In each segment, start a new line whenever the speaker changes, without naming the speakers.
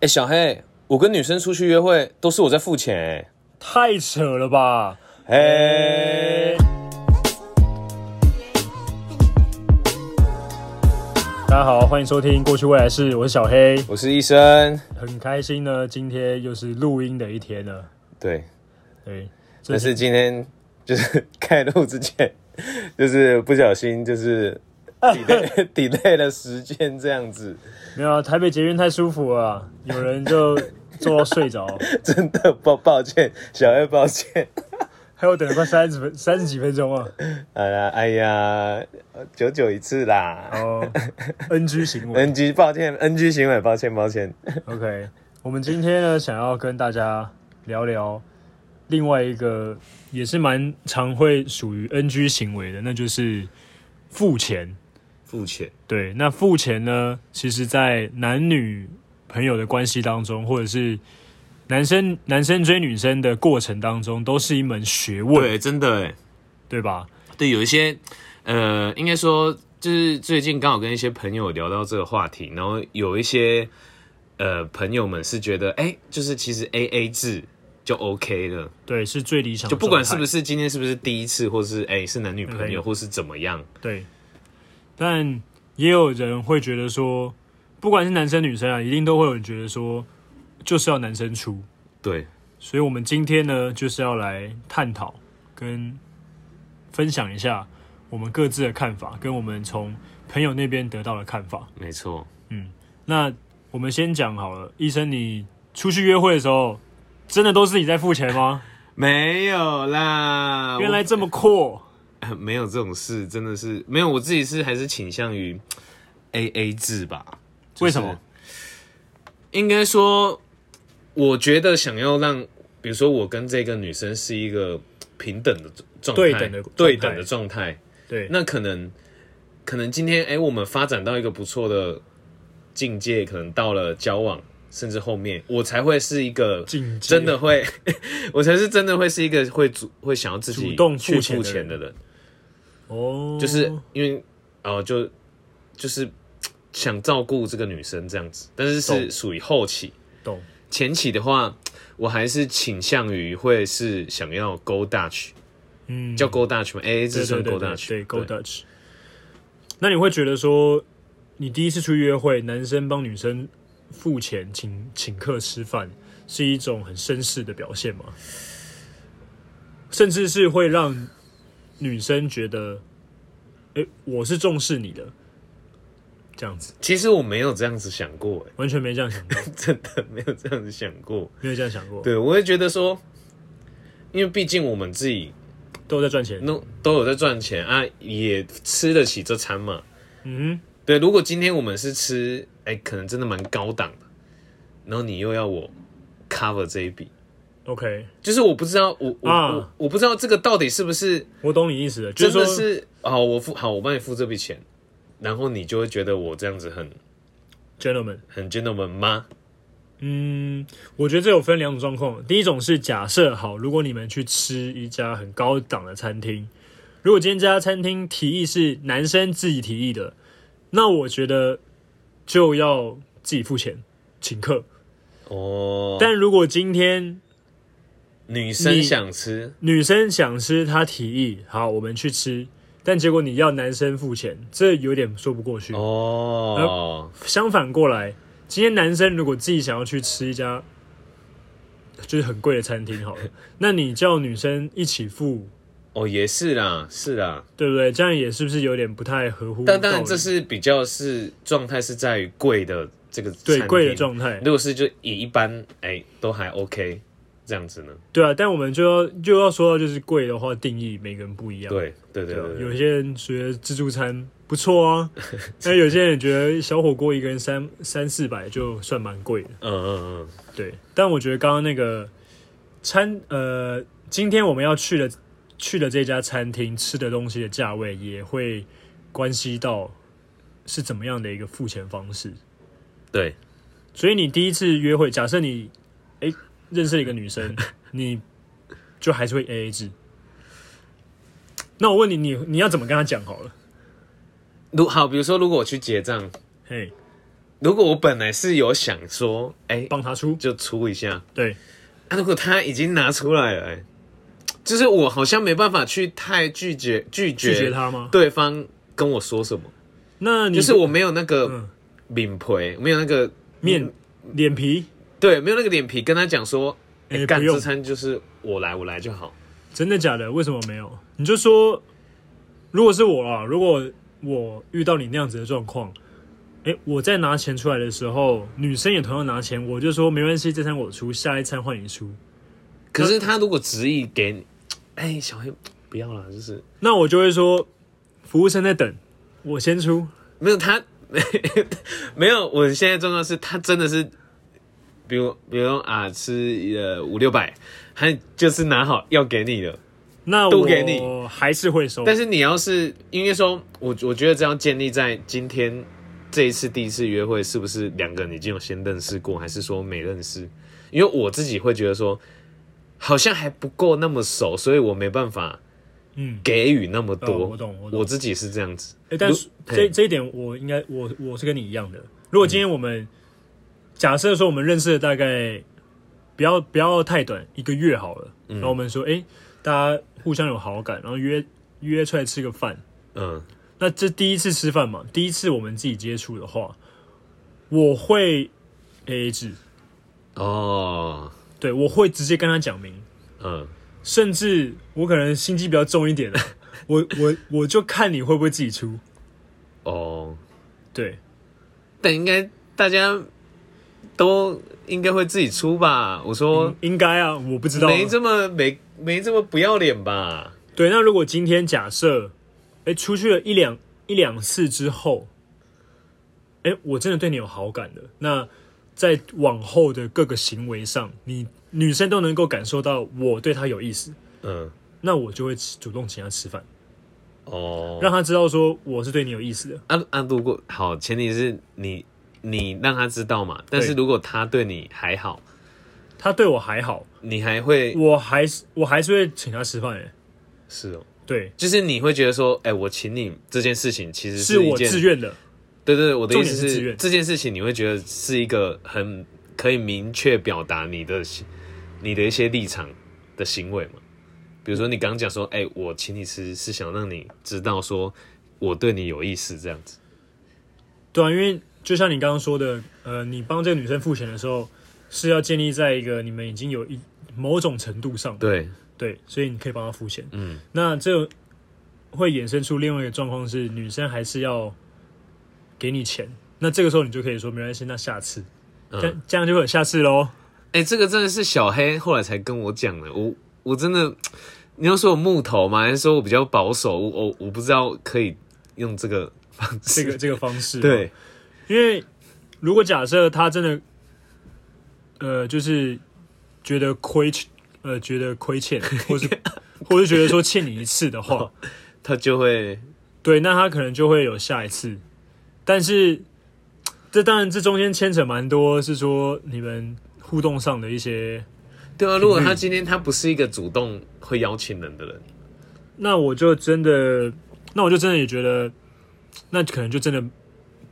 哎、小黑，我跟女生出去约会都是我在付钱、欸，
太扯了吧！
哎、
大家好，欢迎收听《过去未来式》，我是小黑，
我是医生，
很开心呢，今天又是录音的一天了。
对，
嗯
对，
但是今天就是 开录之前，就是不小心就是
啊
delay delay 了时间这样子，
没有啊，台北捷运太舒服了啊，有人就坐到睡着，
真的抱抱歉，小黑抱歉。
害我等了快三十分三十几分钟啊。
好啦，哎呀，九九一次啦。
哦，NG 行为。
NG，抱歉，NG 行为，抱歉，抱歉。
OK，我们今天呢，想要跟大家聊聊另外一个也是蛮常会属于 NG 行为的，那就是付钱。
付钱，
对，那付钱呢，其实，在男女朋友的关系当中，或者是男生男生追女生的过程当中，都是一门学问，对
对，真的哎，
吧？
对，有一些呃，应该说就是最近刚好跟一些朋友聊到这个话题，然后有一些呃朋友们是觉得，哎、就是其实 A A 制就 OK 了，
对，是最理想的
就
状态。
不管是不是今天是不是第一次，或是哎、是男女朋
对
友，或是怎么样，
对，但也有人会觉得说，不管是男生女生啊，一定都会有人觉得说，就是要男生出。
对，
所以我们今天呢，就是要来探讨跟分享一下我们各自的看法，跟我们从朋友那边得到的看法。
没错，
那我们先讲好了，医生，你出去约会的时候，真的都是你在付钱吗？
没有啦，
原来这么阔，
我没有这种事，真的是没有，我自己是还是倾向于 A A 制吧，
为什么？
应该说，我觉得想要让，比如说我跟这个女生是一个平等的状态，
对等的
对等的状态。
对，
那可能，可能今天哎、诶我们发展到一个不错的境界，可能到了交往，甚至后面，我才会是一个
境界
真的会， 我才是真的会是一个会主会想要自己
主动付
去
钱
付
的
钱
人
的人，
哦，
就是因为哦、就就是想照顾这个女生这样子，但是
懂
是属于后期。
懂
前期的话，我还是倾向于会是想要 go Dutch，
嗯，
叫 go Dutch 吗？A A
对
制
对
算 go
对
Dutch，
对，Go
对
Dutch。那你会觉得说，你第一次出去约会，男生帮女生付钱请请客吃饭，是一种很绅士的表现吗？甚至是会让女生觉得，哎、我是重视你的，这样子
其实我没有这样子想过，
完全没这样想过，
哎 真的没有这样子想过。
没有这样想过，
对，我会觉得说，因为毕竟我们自己
都在赚钱，
弄都有在赚钱啊，也吃得起这餐嘛。
嗯
对，如果今天我们是吃，哎、可能真的蛮高档的，然后你又要我 cover 这一笔，
哼，OK，
就是我不知道，我我、
啊
我我不知道这个到底是不是
我懂你意思了，就
真的
是说，
是好，我付好，我帮你付这笔钱，然后你就会觉得我这样子很
gentlemen，
很 gentleman 吗？
嗯，我觉得这有分两种状况。第一种是假设好，如果你们去吃一家很高档的餐厅，如果今天这家餐厅提议是男生自己提议的，那我觉得就要自己付钱请客。
哦，
但如果今天
女
你
生想吃，
女生想吃，她提议好我们去吃，但结果你要男生付钱，这有点说不过去。
哦，
相反过来，今天男生如果自己想要去吃一家就是很贵的餐 厅好了，那你叫女生一起付，
哦，也是啦，是啦，
对不对？这样也是不是有点不太合乎道理？
但当然这是比较是状态是在于贵的这个
对
餐
贵的
厅
状态，
如果是就以一般哎都还 OK 这样子呢？
对啊。但我们就要就要说到，就是贵的话定义每个人不一样。
对对对
对啊，
对
有
对，
些人觉得自助餐不错 啊，那有些人觉得小火锅一个人三三四百就算蛮贵的。
嗯嗯嗯，
对，但我觉得刚刚那个餐，呃，今天我们要去的去的这家餐厅吃的东西的价位，也会关系到是怎么样的一个付钱方式。
对，
所以你第一次约会，假设你哎、诶认识了一个 女生，你就还是会 A A 制。那我问你，你你要怎么跟她讲好了？
如好，比如说如果我去结账，
嘿，
如果我本来是有想说，哎、
帮他出，
就出一下，
对，
啊，如果他已经拿出来了、哎就是我好像没办法去太拒绝拒绝
拒绝他吗
对方跟我说什么，
那你
就是我没有那个
嗯
敏培，没有那个
面脸皮
对，没有那个脸皮跟他讲说，哎、
哎
干
不用
这餐就是我来，我来就好。
真的假的？为什么没有？你就说，如果是我啊，如果我遇到你那样子的状况，诶、我在拿钱出来的时候，女生也同样拿钱，我就说没关系，这餐我出，下一餐换你出，
可是他如果执意给你，哎、小黑不要了，就是
那我就会说，服务生在等，我先出。
没有他， 没有。我现在状况是他真的是，比如比如啊，吃呃五六百，他就是拿好要给你的。
那
都给你
我还是会收，
但是你要是应该说，我我觉得这要建立在今天这一次第一次约会是不是两个人已经有先认识过，还是说没认识？因为我自己会觉得说，好像还不够那么熟，所以我没办法
嗯，
给予那么多。
哦我懂我懂
自己是这样子。
诶但是
如
这
嘿
这一点我应该我我是跟你一样的。如果今天我们、假设说我们认识了大概不要不要太短一个月好了，
嗯
然后我们说诶，大家互相有好感，然后约约出来吃个饭。
嗯，
那这第一次吃饭嘛，第一次我们自己接触的话，我会 A A 制，
哦，
对我会直接跟他讲明，
嗯，
甚至我可能心机比较重一点的， 我我我就看你会不会自己出，
哦，
对，
但应该大家都应该会自己出吧？我说、
应该啊，我不知道啊，
哦没这么没没这么不要脸吧？
对，那如果今天假设，哎、出去了一两一两次之后，哎、我真的对你有好感了，那在往后的各个行为上，你女生都能够感受到我对她有意思，
嗯，
那我就会吃主动请她吃饭，
哦，
让她知道说我是对你有意思的。
啊啊，如果好，前提是你你让他知道嘛。但是
对
如果他对你还好，
她对我还好，
你还会
我还是我还是会请她吃饭、诶欸
是哦，
对，
就是你会觉得说，哎、我请你这件事情其实
是
一
我
件
自愿的，
对对，对我的意思
重点是自愿
这件事情，你会觉得是一个很可以明确表达你的你的一些立场的行为嘛？比如说你刚刚讲说，哎、我请你吃是想让你知道说我对你有意思这样子。
对啊，因为就像你刚刚说的，呃，你帮这个女生付钱的时候，是要建立在一个你们已经有一某种程度上，
对，
对，所以你可以帮她付钱。
嗯，
那这会衍生出另外一个状况是，女生还是要给你钱。那这个时候你就可以说没关系，那下次，
嗯
这样、这样就会有下次喽。
哎、这个真的是小黑后来才跟我讲的，我我真的，你要说我木头吗？还是说我比较保守？我我我不知道可以用这个方式。
这个这个方式，，
对，
因为如果假设她真的，呃，就是觉得亏，呃，觉得亏 欠，或是或是觉得说欠你一次的话，
他就会
对，那他可能就会有下一次。但是这当然这中间牵扯蛮多，是说你们互动上的一些。
对啊。如果他今天他不是一个主动会邀请人的人，
那我就真的，那我就真的也觉得，那可能就真的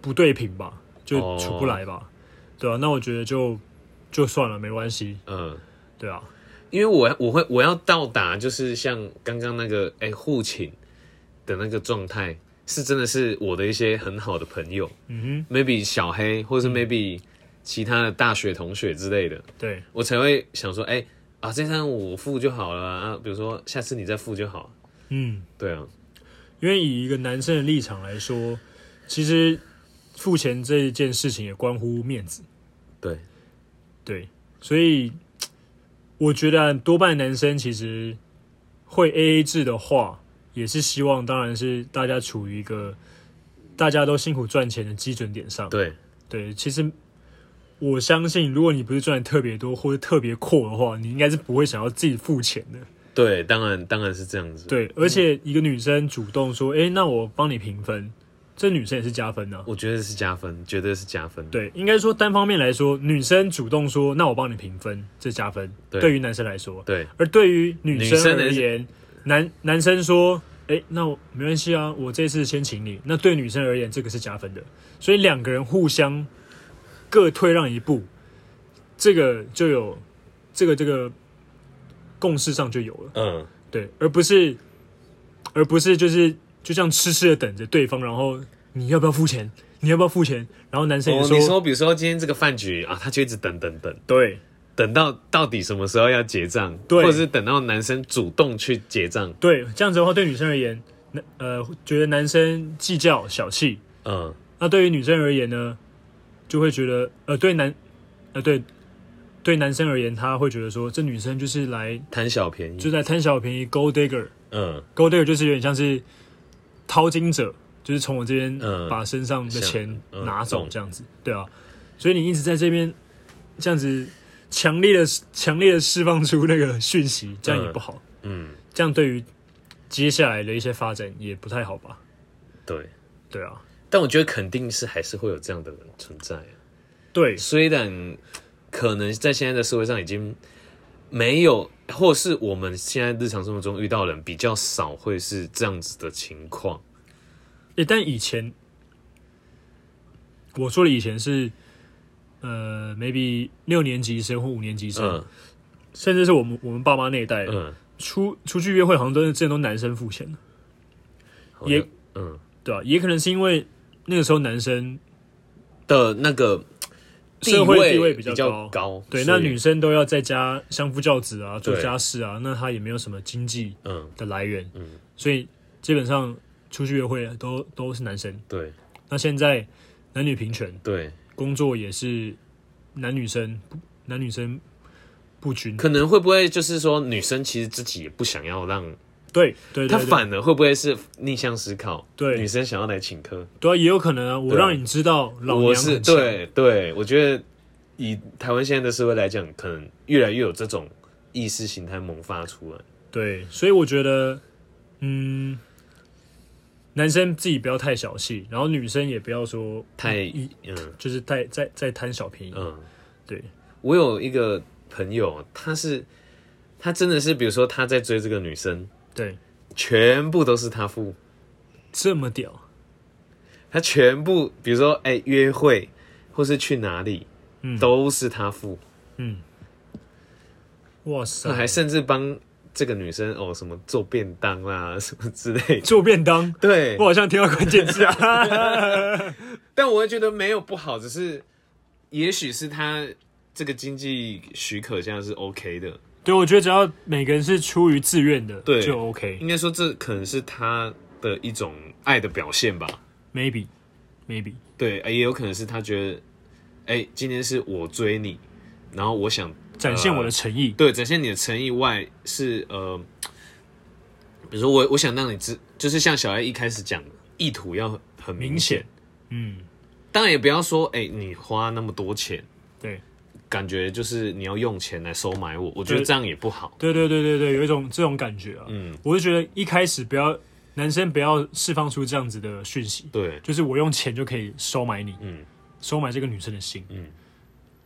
不对平吧，就
哦
处不来吧，对啊，那我觉得就就算了，没关系，
嗯。
对啊，
因为我我会我要到达就是像刚刚那个哎、互请的那个状态，是真的是我的一些很好的朋友
嗯
，maybe 小黑，或是 maybe 其他的大学同学之类的，
哼，对，
我才会想说，哎、啊，这餐我付就好了啊，比如说下次你再付就好，
嗯，
对啊，
因为以一个男生的立场来说，其实付钱这件事情也关乎面子。
对，
对，所以我觉得啊多半男生其实会 A A 制的话，也是希望当然是大家处于一个大家都辛苦赚钱的基准点上。
对，
对，其实我相信，如果你不是赚的特别多或者特别阔的话，你应该是不会想要自己付钱的。
对，当然当然是这样子，，
对，而且一个女生主动说：“诶，那我帮你平分。”这女生也是加分的、
我觉得是加分，绝对是加分，
对，应该说单方面来说，女生主动说“那我帮你平分”，这加分。
对
对于男生来说，
对
而对于女
女生
生
的
而言，男男生说：“哎、那我没关系啊，我这次先请你。”那对女生而言，这个是加分的。所以两个人互相各退让一步，这个就有这个这个共识上就有了，
嗯，
对，而不是而不是就是就这样痴痴的等着对方，然后你要不要付钱？你要不要付钱？然后男生也
哦，
说，
你说比如说今天这个饭局啊，他就一直等等等，
对
等到到底什么时候要结账，
对
或者是等到男生主动去结账，
对，这样子的话对女生而言，男呃觉得男生计较小气，
嗯，
那对于女生而言呢，就会觉得呃对男呃对对男生而言，他会觉得说这女生就是来
贪小便宜，
就是在贪小便宜，gold digger，gold
嗯，
digger 就是有点像是淘金者，就是从我这边
嗯
把身上的钱
嗯
拿走
懂
这样子，对啊，所以你一直在这边这样子强烈的强烈的释放出那个讯息，这样也
嗯
不好，
嗯，
这样对于接下来的一些发展也不太好吧？
对。
对啊，
但我觉得肯定是还是会有这样的人存在啊、
对，
虽然可能在现在的社会上已经没有，或是我们现在日常生活中遇到的人比较少会是这样子的情况。
欸，但以前我说的以前是，呃，maybe 六年级生或五年级生，
嗯
甚至是我们我们爸妈那一代，
嗯，
出出去约会好像都是之前都男生付钱的，
好
也
像嗯
对吧、啊也可能是因为那个时候男生
的那个
社会
位
地位比
较
较
高，
对，
所
那
以
女生都要在家相夫教子啊，做
对
家事啊，那她也没有什么经济
嗯
的来源，
嗯
所以基本上出去约会都都是男生。
对
那现在男女平权，
对，
工作也是男女生男女生不均，
可能会不会就是说女生其实自己也不想要让
对对对，
她
对
反而会不会是逆向思考？
对
女生想要来请客，
对啊，也有可能啊，我
对啊
让你知道老娘
我是
很强
对对，我觉得以台湾现在的社会来讲，可能越来越有这种意识形态萌发出来。
对，所以我觉得，嗯，男生自己不要太小气，然后女生也不要说
太
一
嗯
就是太再再贪小便宜，
嗯，
对，
我有一个朋友，他是他真的是，比如说他在追这个女生，
对，
全部都是他付，
这么屌，
他全部，比如说哎、约会或是去哪里，
嗯
都是他付，
嗯，哇塞，
还甚至帮这个女生哦什么做便当啦什么之类的。
做便当，
对
我，好像听到关键 字啊，
但我会觉得没有不好，只是也许是他这个经济许可现在是 OK 的，
对，我觉得只要每个人是出于自愿的，
对
就 OK。
应该说这可能是他的一种爱的表现吧。
maybe maybe
对，呃也有可能是他觉得，哎、今天是我追你，然后我想
展现我的诚意，
对展现你的诚意外是呃，比如说我我想让你知，就是像小爱一开始讲的，意图要很明
明
显
显。，嗯，
当然也不要说，哎、你花那么多钱，
对，
感觉就是你要用钱来收买我，我觉得
对
这样也不好。
对对对对对，有一种这种感觉啊，
嗯，
我就觉得一开始不要男生不要释放出这样子的讯息，
对，
就是我用钱就可以收买你，
嗯，
收买这个女生的心，
嗯
嗯，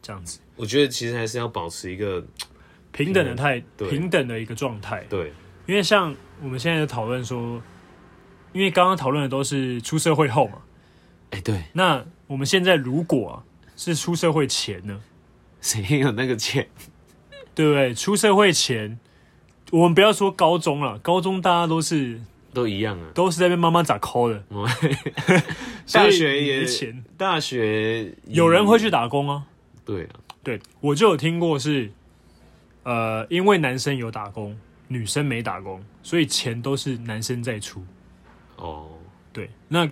这样子
我觉得其实还是要保持一个
平等的态，
嗯对
平等的一个状态，
对，
因为像我们现在的讨论说，因为刚刚讨论的都是出社会后嘛，
哎、对，
那我们现在如果啊是出社会前呢，
谁有那个钱？
对不对？出社会前，我们不要说高中了，高中大家都是
都一样啊。
都是在被妈妈咋抠的，
我
所以
大学也
没钱，
大学
有人会去打工啊。
对啊，
对我就有听过是，呃，因为男生有打工，女生没打工，所以钱都是男生在出。
哦，
对，那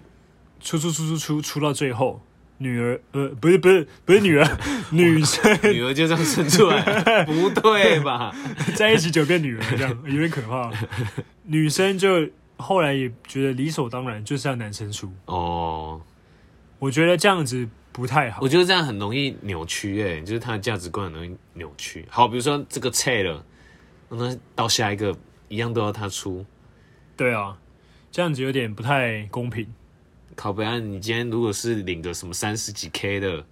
出出出出出出到最后，女儿呃不是不是不是女儿， 女生
女儿就这样生出 来，不对吧？
在一起就变女儿，这样有点可怕。哦女生就后来也觉得理所当然就是要男生出，
哦，
我觉得这样子不太好
我。觉得这样很容易扭曲、欸，哎，就是他的价值观很容易扭曲。好，比如说这个菜了，那到下一个一样都要他出。
对啊，这样子有点不太公平。
考北岸，你今天如果是领个什么三十几 K 的，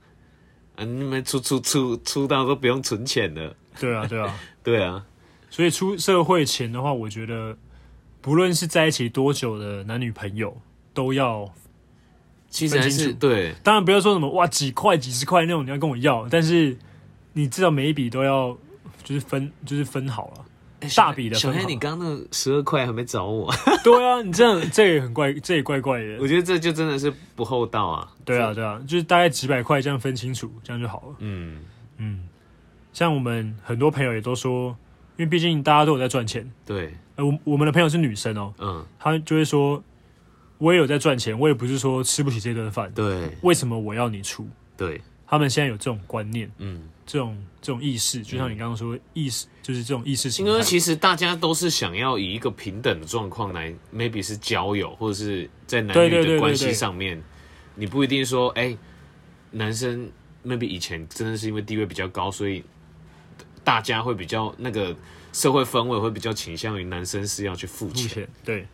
啊，你们出出出出到都不用存钱了，
对啊，对啊。
对啊，
所以出社会前的话，我觉得不论是在一起多久的男女朋友，都要
其实还
分清
是
楚
对
当然不要说什么哇几块几十块那种你要跟我要，但是你至少每一笔都要就是分就是分好了。 大笔的
哎小
分
黑，
好
你刚刚那十二块还没找我，
对啊，你这样这也很怪，这也怪怪的
我。觉得这就真的是不厚道啊。
对啊，对啊，就是大概几百块这样分清楚，这样就好了。
嗯，
嗯，像我们很多朋友也都说，因为毕竟大家都有在赚钱。
对，
呃，我我们的朋友是女生哦，
嗯，
她就会说，我也有在赚钱，我也不是说吃不起这顿饭，
对
为什么我要你出？
对，
他们现在有这种观念，
嗯，
这种这种意识，就像你刚刚说意识，就是这种意识形
因
态
为。其实大家都是想要以一个平等的状况来，maybe 是交友，或者是在男
对对
女
对
的
对
关系
对
上面，你不一定说，哎、男生 maybe 以前真的是因为地位比较高，所以大家会比较那个社会氛围会比较倾向于男生是要去付
目
钱，
前对，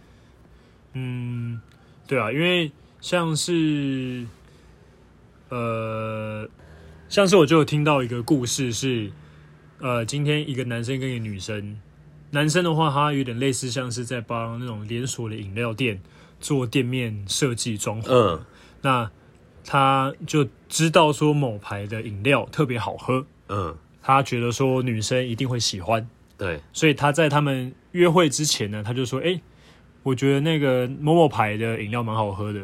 嗯，对啊，因为像是呃，像是我就有听到一个故事是，呃，今天一个男生跟一个女生，男生的话他有点类似像是在帮那种连锁的饮料店做店面设计装潢，
嗯
那他就知道说某牌的饮料特别好喝，
嗯，
他觉得说女生一定会喜欢。
对，
所以他在他们约会之前呢，他就说：“哎、我觉得那个某某牌的饮料蛮好喝的，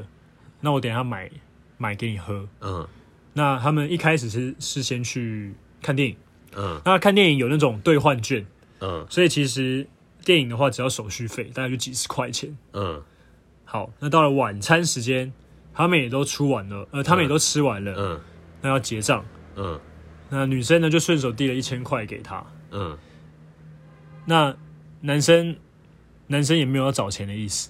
那我等一下买买给你喝。
嗯”
那他们一开始是是先去看电影，
嗯
那看电影有那种兑换券，
嗯
所以其实电影的话只要手续费，大概就几十块钱。
嗯
好，那到了晚餐时间，他们也都出完了，呃，他们也都吃完了，
嗯
那要结账。
嗯
那女生呢就顺手递了一千块给他，
嗯，
那男生男生也没有要找钱的意思，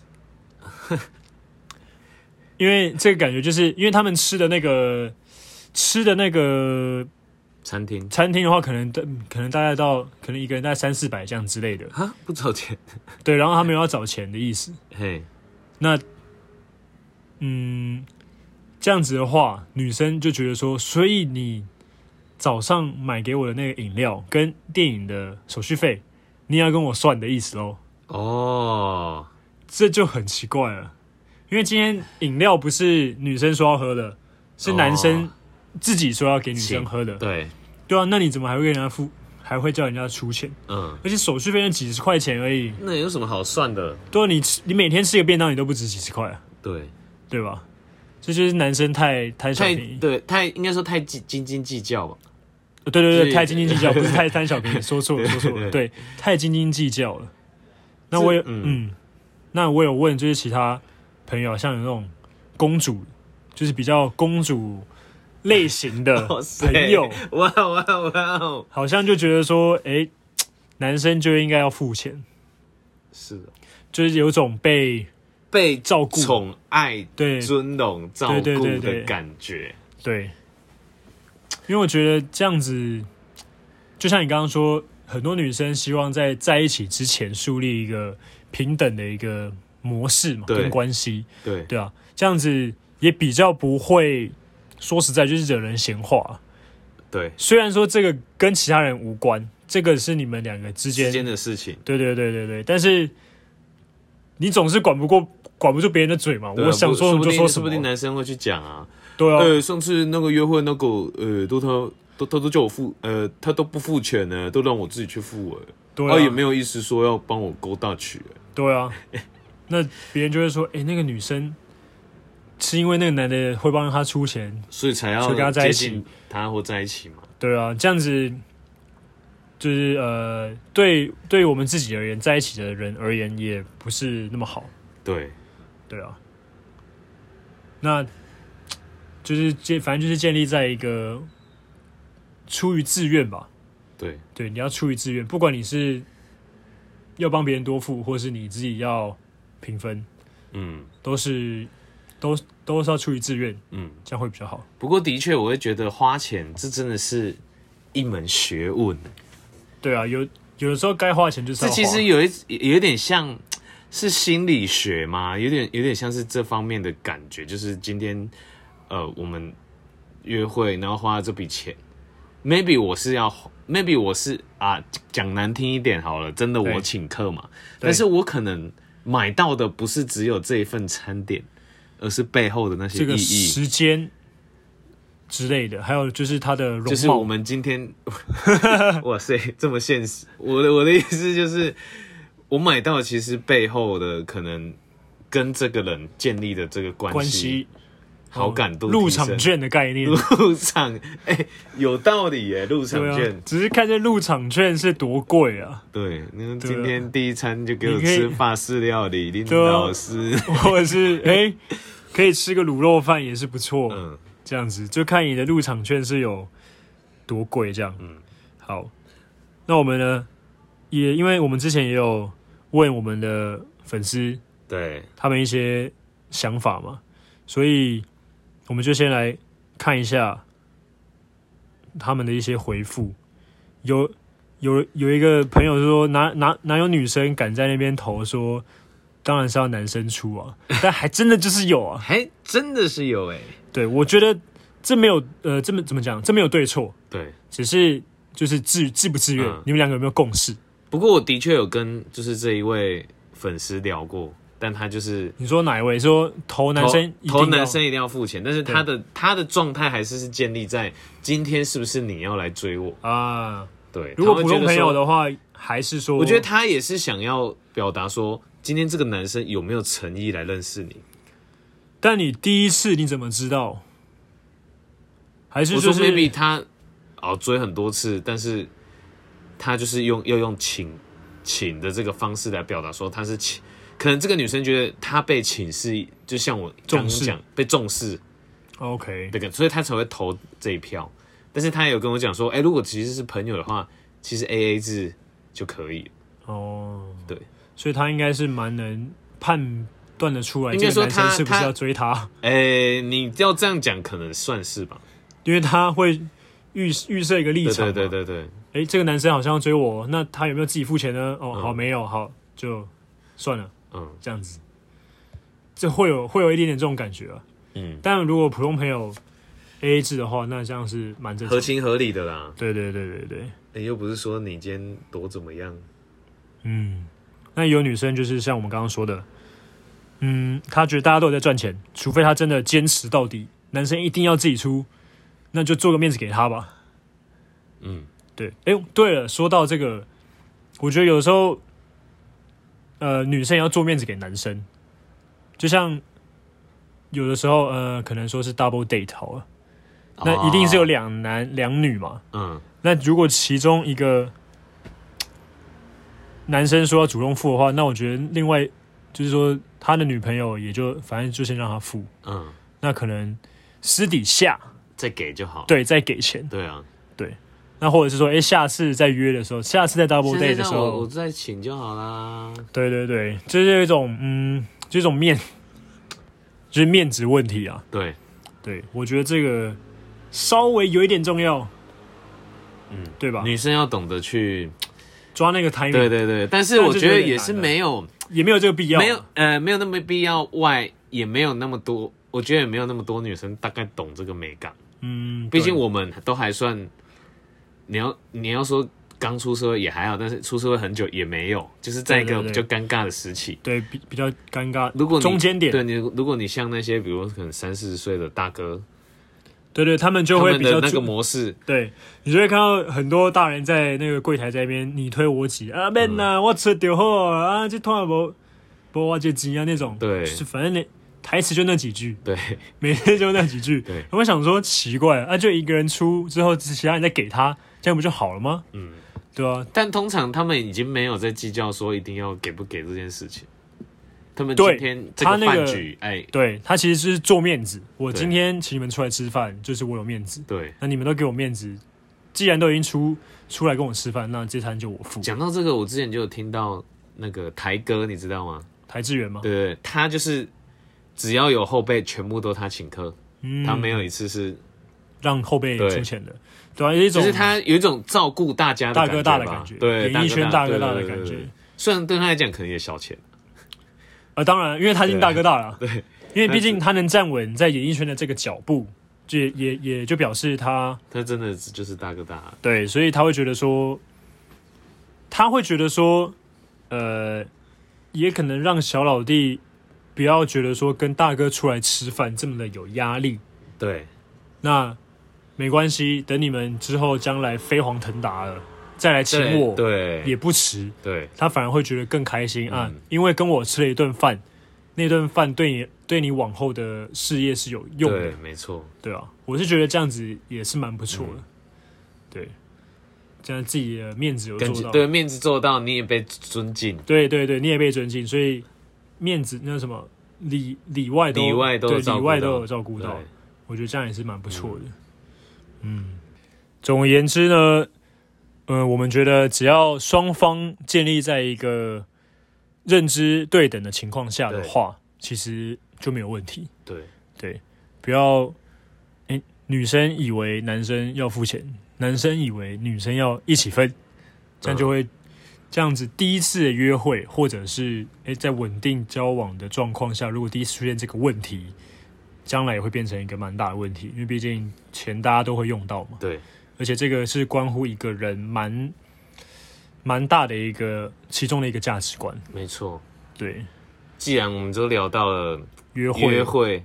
因为这个感觉就是因为他们吃的那个吃的那个
餐厅
餐厅的话，可能可能大概到可能一个人大概三四百这样之类的，
啊不找钱，
对，然后他没有要找钱的意思。
嘿，
那嗯，这样子的话，女生就觉得说，所以你早上买给我的那个饮料跟电影的手续费，你也要跟我算的意思喽。
哦，
这就很奇怪了，因为今天饮料不是女生说要喝的，是男生
哦
自己说要给女生喝的。
对，
对啊，那你怎么还会跟人家付，还会叫人家出钱？
嗯，
而且手续费那几十块钱而已，
那有什么好算的？
对啊，你吃你每天吃个便当，你都不止几十块啊，
对。
对吧？这就是男生太贪小
太
便宜，
对太应该说太斤斤斤计较吧。
呃对对
是
对，太斤斤计较，不是太贪 小便宜，说错了说错了，对，太斤斤计较了。那我也
嗯
嗯，那我有问，就是其他朋友，像有那种公主，就是比较公主类 型的
哦
朋友，
哇哇哇哦！
好像就觉得说，哎，男生就应该要付钱，
是的，
就是有种被
被
照顾
宠爱、
对
尊荣、照
对对
顾
对
的
对
感觉。
对，因为我觉得这样子，就像你刚刚说，很多女生希望在在一起之前树立一个平等的一个模式嘛，
对
跟关系，
对，
对啊，这样子也比较不会说实在就是惹人闲话。
对，
虽然说这个跟其他人无关，这个是你们两个
之
之间，
间的事情，
对对对对对，但是你总是管不过。管不住别人的嘴嘛，
对啊
我想
不
说什
说
么
不
就
定
说什
说
么
不，定男生会去讲啊。
对啊，
呃，上次那个约会那个，呃，都他都他都叫我付，呃，他都不付钱呢，都让我自己去付，哎，
对
哦，
啊，
也没有意思说要帮我勾大曲，哎
对啊，那别人就会说，哎、那个女生是因为那个男的会帮她出钱，
所以才
所以跟
要
他在
接
一起
近他或在一起嘛。
对啊，这样子就是呃，对对于我们自己而言，在一起的人而言也不是那么好，
对，
对啊，那就是建，反正就是建立在一个出于自愿吧，
对，
对，你要出于自愿，不管你是要帮别人多付，或是你自己要平分，
嗯
都是都都是要出于自愿，
嗯。
这样会比较好。
不过的确，我会觉得花钱这真的是一门学问。
对啊，有有的时候该花钱就是
这
要花。
其实有一有点像是心理学嘛，有点有点像是这方面的感觉。就是今天呃，我们约会，然后花了这笔钱，maybe 我是要，maybe 我是啊，讲难听一点好了，真的
对
我请客嘛，
对
但是我可能买到的不是只有这一份餐点，而是背后的那些
这
意
个
义。
时间之类的，还有就是它的容貌，
就是我们今天， 哇塞，这么现实。我的我的意思就是，我买到其实背后的可能跟这个人建立的这个关
关
系
系、哦
好感度、
入场、券的概念，
入场，哎、有道理耶，入场
对啊
券，，
只是看这入场券是多贵啊，
对，那个
对啊
今天第一餐就给我
你可以
吃法式料理，林
对啊
老师，
或者是哎、诶可以吃个卤肉饭也是不错，
嗯，
这样子就看你的入场券是有多贵这样。嗯，好，那我们呢，也因为我们之前也有问我们的粉丝
对，
他们一些想法嘛，所以我们就先来看一下他们的一些回复。有有有一个朋友说，哪哪哪有女生敢在那边投说，当然是要男生出啊，但还真的就是有啊。
还真的是有哎，
对，我觉得这没有呃，这么怎么讲？这没有对错，
对。
只是就是自自不自愿，
嗯
你们两个有没有共识？
不过我的确有跟就是这一位粉丝聊过，但他就是
你说哪一位说投男
投
生一定
投
要
男生一定要付钱，但是他的他的状态还是是建立在今天是不是你要来追我？
啊？
对，
如果
他会
普
觉得
通朋友
说，
的话，还是说
我觉得他也是想要表达说，今天这个男生有没有诚意来认识你？
但你第一次你怎么知道？还是
我
就
说
是
maybe 他哦追很多次，但是他就是用要用请请的这个方式来表达说他是请，可能这个女生觉得她被请是就像我刚刚
重视
讲被重视，
OK
这个，所以他才会投这一票。但是他也有跟我讲说，哎、如果其实是朋友的话，其实 A A 制就可以了。
哦，
对，
所以他应该是蛮能判断的出来，
应该
这个
说他
男生是不是
他
要追他，
哎、你要这样讲，可能算是吧。
因为他会预预设一个立
对
场嘛。
对对对对，
哎、这个男生好像要追我，哦那他有没有自己付钱呢？哦，好，
嗯
没有，好，就算了，
嗯
这样子，这会有会有一点点这种感觉啊。
嗯，
但如果普通朋友 A A 制的话，那这样是蛮正常
合
的。
情合理的啦。
对对对对对，
你、又不是说你今天多怎么样，
嗯，那有女生就是像我们刚刚说的，嗯，她觉得大家都有在赚钱，除非她真的坚持到底，男生一定要自己出，那就做个面子给她吧。
嗯，
对，哎、对了，说到这个，我觉得有时候，呃，女生也要做面子给男生，就像有的时候，呃，可能说是 double date 好了，那一定是有
哦
两男两女嘛，
嗯
那如果其中一个男生说要主动付的话，那我觉得另外就是说他的女朋友也就反正就先让他付，
嗯，
那可能私底下
再给就好。
对再给钱，
对啊，
那或者是说，哎、下次再约的时候，下次再 double
现在
day 的时
让我我
候，
再请就好啦。
对对对，这就是一种嗯，这种面，就是面子问题啊。
对，
对我觉得这个稍微有一点重要，
嗯，
对吧？
女生要懂得去，
抓那个 timing，
对对对，但是
但
我
是
觉
有
得
点
也
难
是
啊
没有。
也没有这个必要，
没有呃没有那么必要外，也没有那么多，我觉得也没有那么多女生大概懂这个美感。
嗯，
毕竟
对
我们都还算，你要你要说刚出社会也还好，但是出社会很久也没有，就是在一
对
个
对
比
对
较尴尬的时期。
对比比较尴尬，
如果你
中间点，
对你，如果你像那些，比如可能三四十岁的大哥，
对对，他们就
他
会
们
比
的
较
那
注
个模式，
对，你就会看到很多大人在那个柜台在那边你推我
嗯
挤啊，man 啊，我吃就好啊，啊这突然不不我这挤啊那种，
对
就是反正那台词就那几句，
对
每天就那几句。
对，
我想说奇怪，啊，就一个人出之后，其他人再给他，这样不就好了吗？
嗯。
对啊，
但通常他们已经没有在计较说一定要给不给这件事情。他们今
对
天这
他
个
那个
饭局，哎，
对他其实是做面子，我
对
今天请你们出来吃饭，就是我有面子，
对，
那你们都给我面子，既然都已经出出来跟我吃饭，那这餐就我付。
讲到这个，我之前就有听到那个台哥，你知道吗？
台志远吗？
对对，对他就是只要有后辈，全部都他请客，
嗯
他没有一次是，
让后辈
对
出钱的，对啊，一种
就是他有一种照顾大家的
大
感
哥
觉
大的
吧
感觉，
对，
演艺圈大哥
哥
大的
对对
感
对对
觉
对。虽然对他来讲可能也小钱，
啊，当然，因为他已经大哥大了，
对，
因为毕竟他能站稳在演艺圈的这个脚步，就也也也就表示他
他真的就是大哥大。
对，所以他会觉得说，他会觉得说，呃，也可能让小老弟不要觉得说跟大哥出来吃饭这么的有压力。
对，
那没关系，等你们之后将来飞黄腾达了，再来请我，也
对
不迟。
对
他反而会觉得更开心啊，
嗯
因为跟我吃了一顿饭，那顿饭对你对你往后的事业是有用的
对，，没错，
对啊，我是觉得这样子也是蛮不错的，
嗯
对，这样自己的面子有
跟
做到，
对面子做到，你也被尊敬，
对对对，你也被尊敬，所以面子那什么里里外都
里外都有
对
照顾
里外
到
都有照顾到
对，
我觉得这样也是蛮不错的。嗯，总而言之呢，呃，我们觉得只要双方建立在一个认知对等的情况下的
对
话，其实就没有问题。
对
对，不要，哎、女生以为男生要付钱，男生以为女生要一起分，
嗯
这样就会、这样子。第一次的约会，或者是哎、诶在稳定交往的状况下，如果第一次出现这个问题，将来也会变成一个蛮大的问题，因为毕竟钱大家都会用到嘛，
对
而且这个是关乎一个人蛮蛮大的一个其中的一个价值观。
没错。
对，
既然我们都聊到了
约会
约会，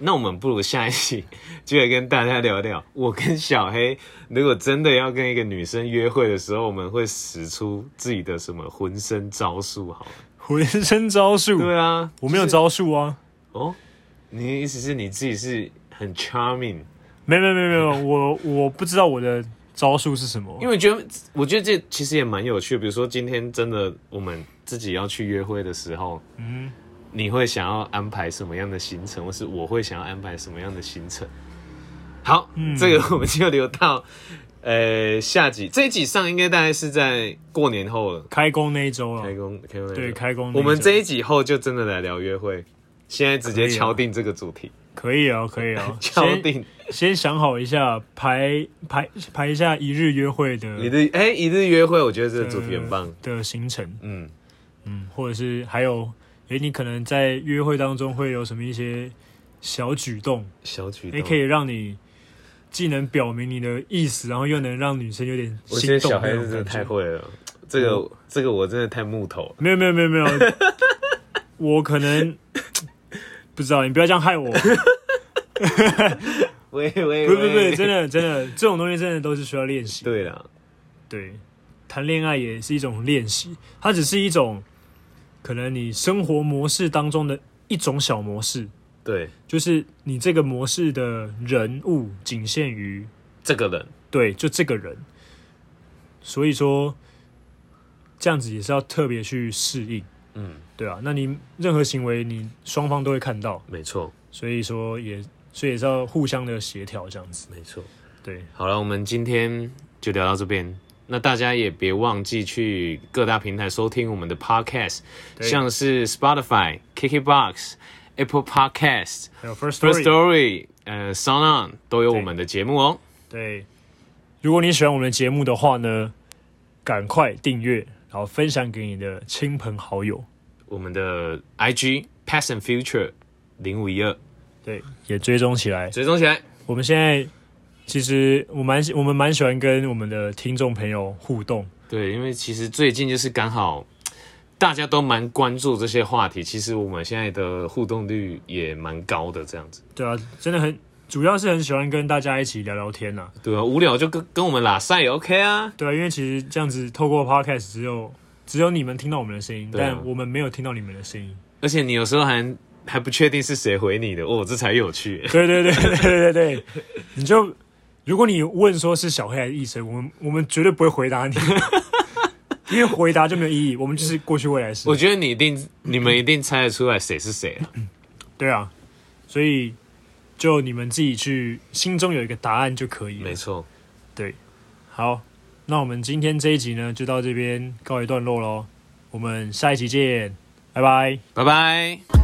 那我们不如下一期 就来跟大家聊聊，我跟小黑如果真的要跟一个女生约会的时候，我们会使出自己的什么浑身招数？好了，
浑身招数，
对啊，
嗯我没有
就是
招数啊。
哦，你的意思是你自己是很 charming，
没没没没有，我我不知道我的招数是什么，
因为我觉得我觉得这其实也蛮有趣的。比如说今天真的我们自己要去约会的时候，嗯，你会想要安排什么样的行程，或是我会想要安排什么样的行程？好，
嗯
这个我们就留到呃下集，这一集上应该大概是在过年后了，
开工那一周啊
开
了，
工开工那
哦对
个
开工那一周
我们这一集后就真的来聊约会，现在直接
可以啊
敲定这个主题，
可以啊，可以啊，
敲
先
定。
先想好一下，排排排一下一日约会的
一日哎、一日约会，我觉得这个
呃
主题很棒。
的行程，
嗯，
嗯，或者是还有，诶，你可能在约会当中会有什么一些小举动，
小举动。
哎也可以让你既能表明你的意思，然后又能让女生有点
我觉得
心动
小
那
黑
种
真的
感
太
觉。嗯
会了，这个、这个我真的太木头了。
没有没有没有没有，我可能 不知道，你不要这样害我。
喂喂
不不不，真的真的，这种东西真的都是需要练习。
对啦，
对，谈恋爱也是一种练习，它只是一种可能你生活模式当中的一种小模式，
对
就是你这个模式的人物仅限于
这个人，
对，就这个人。所以说，这样子也是要特别去适应，
嗯，
对啊。那你任何行为，你双方都会看到，
没错
所以说也所以也是要互相的协调这样子。
没错。
对，
好了，我们今天就聊到这边。那大家也别忘记去各大平台收听我们的 podcast，
对
像是 Spotify、KKBox、Apple Podcast、
还有 first
First
story。
Story、呃 Sound On 都有我们的节目哦。
对，如果你喜欢我们的节目的话呢，赶快订阅，然后分享给你的亲朋好友。
我们的 IG Past and Future 零五一二
对，也追踪起来。
追踪起来。
我们现在其实我蛮喜我们蛮喜欢跟我们的听众朋友互动。
对，因为其实最近就是刚好大家都蛮关注这些话题，其实我们现在的互动率也蛮高的，这样子。
对啊，真的很，主要是很喜欢跟大家一起聊聊天呐、
对啊，无聊就跟跟我们拉赛也 OK 啊。
对啊，因为其实这样子透过 podcast 只有只有你们听到我们的声音，
对啊
但我们没有听到你们的声音。
而且你有时候还还不确定是谁回你的，哦，这才有趣。
对对对对对对对，你就如果你问说是小黑还是医生，我们我们绝对不会 回答你，因为回答就没有意义，我们就是过去未来式
我。觉得你一定，你们一定猜得出来谁是谁啊。
对啊，所以就你们自己去心中有一个答案就可以了
没。错，
对，好，那我们今天这一集呢就到这边告一段落喽，我们下一集见，拜拜。
拜拜。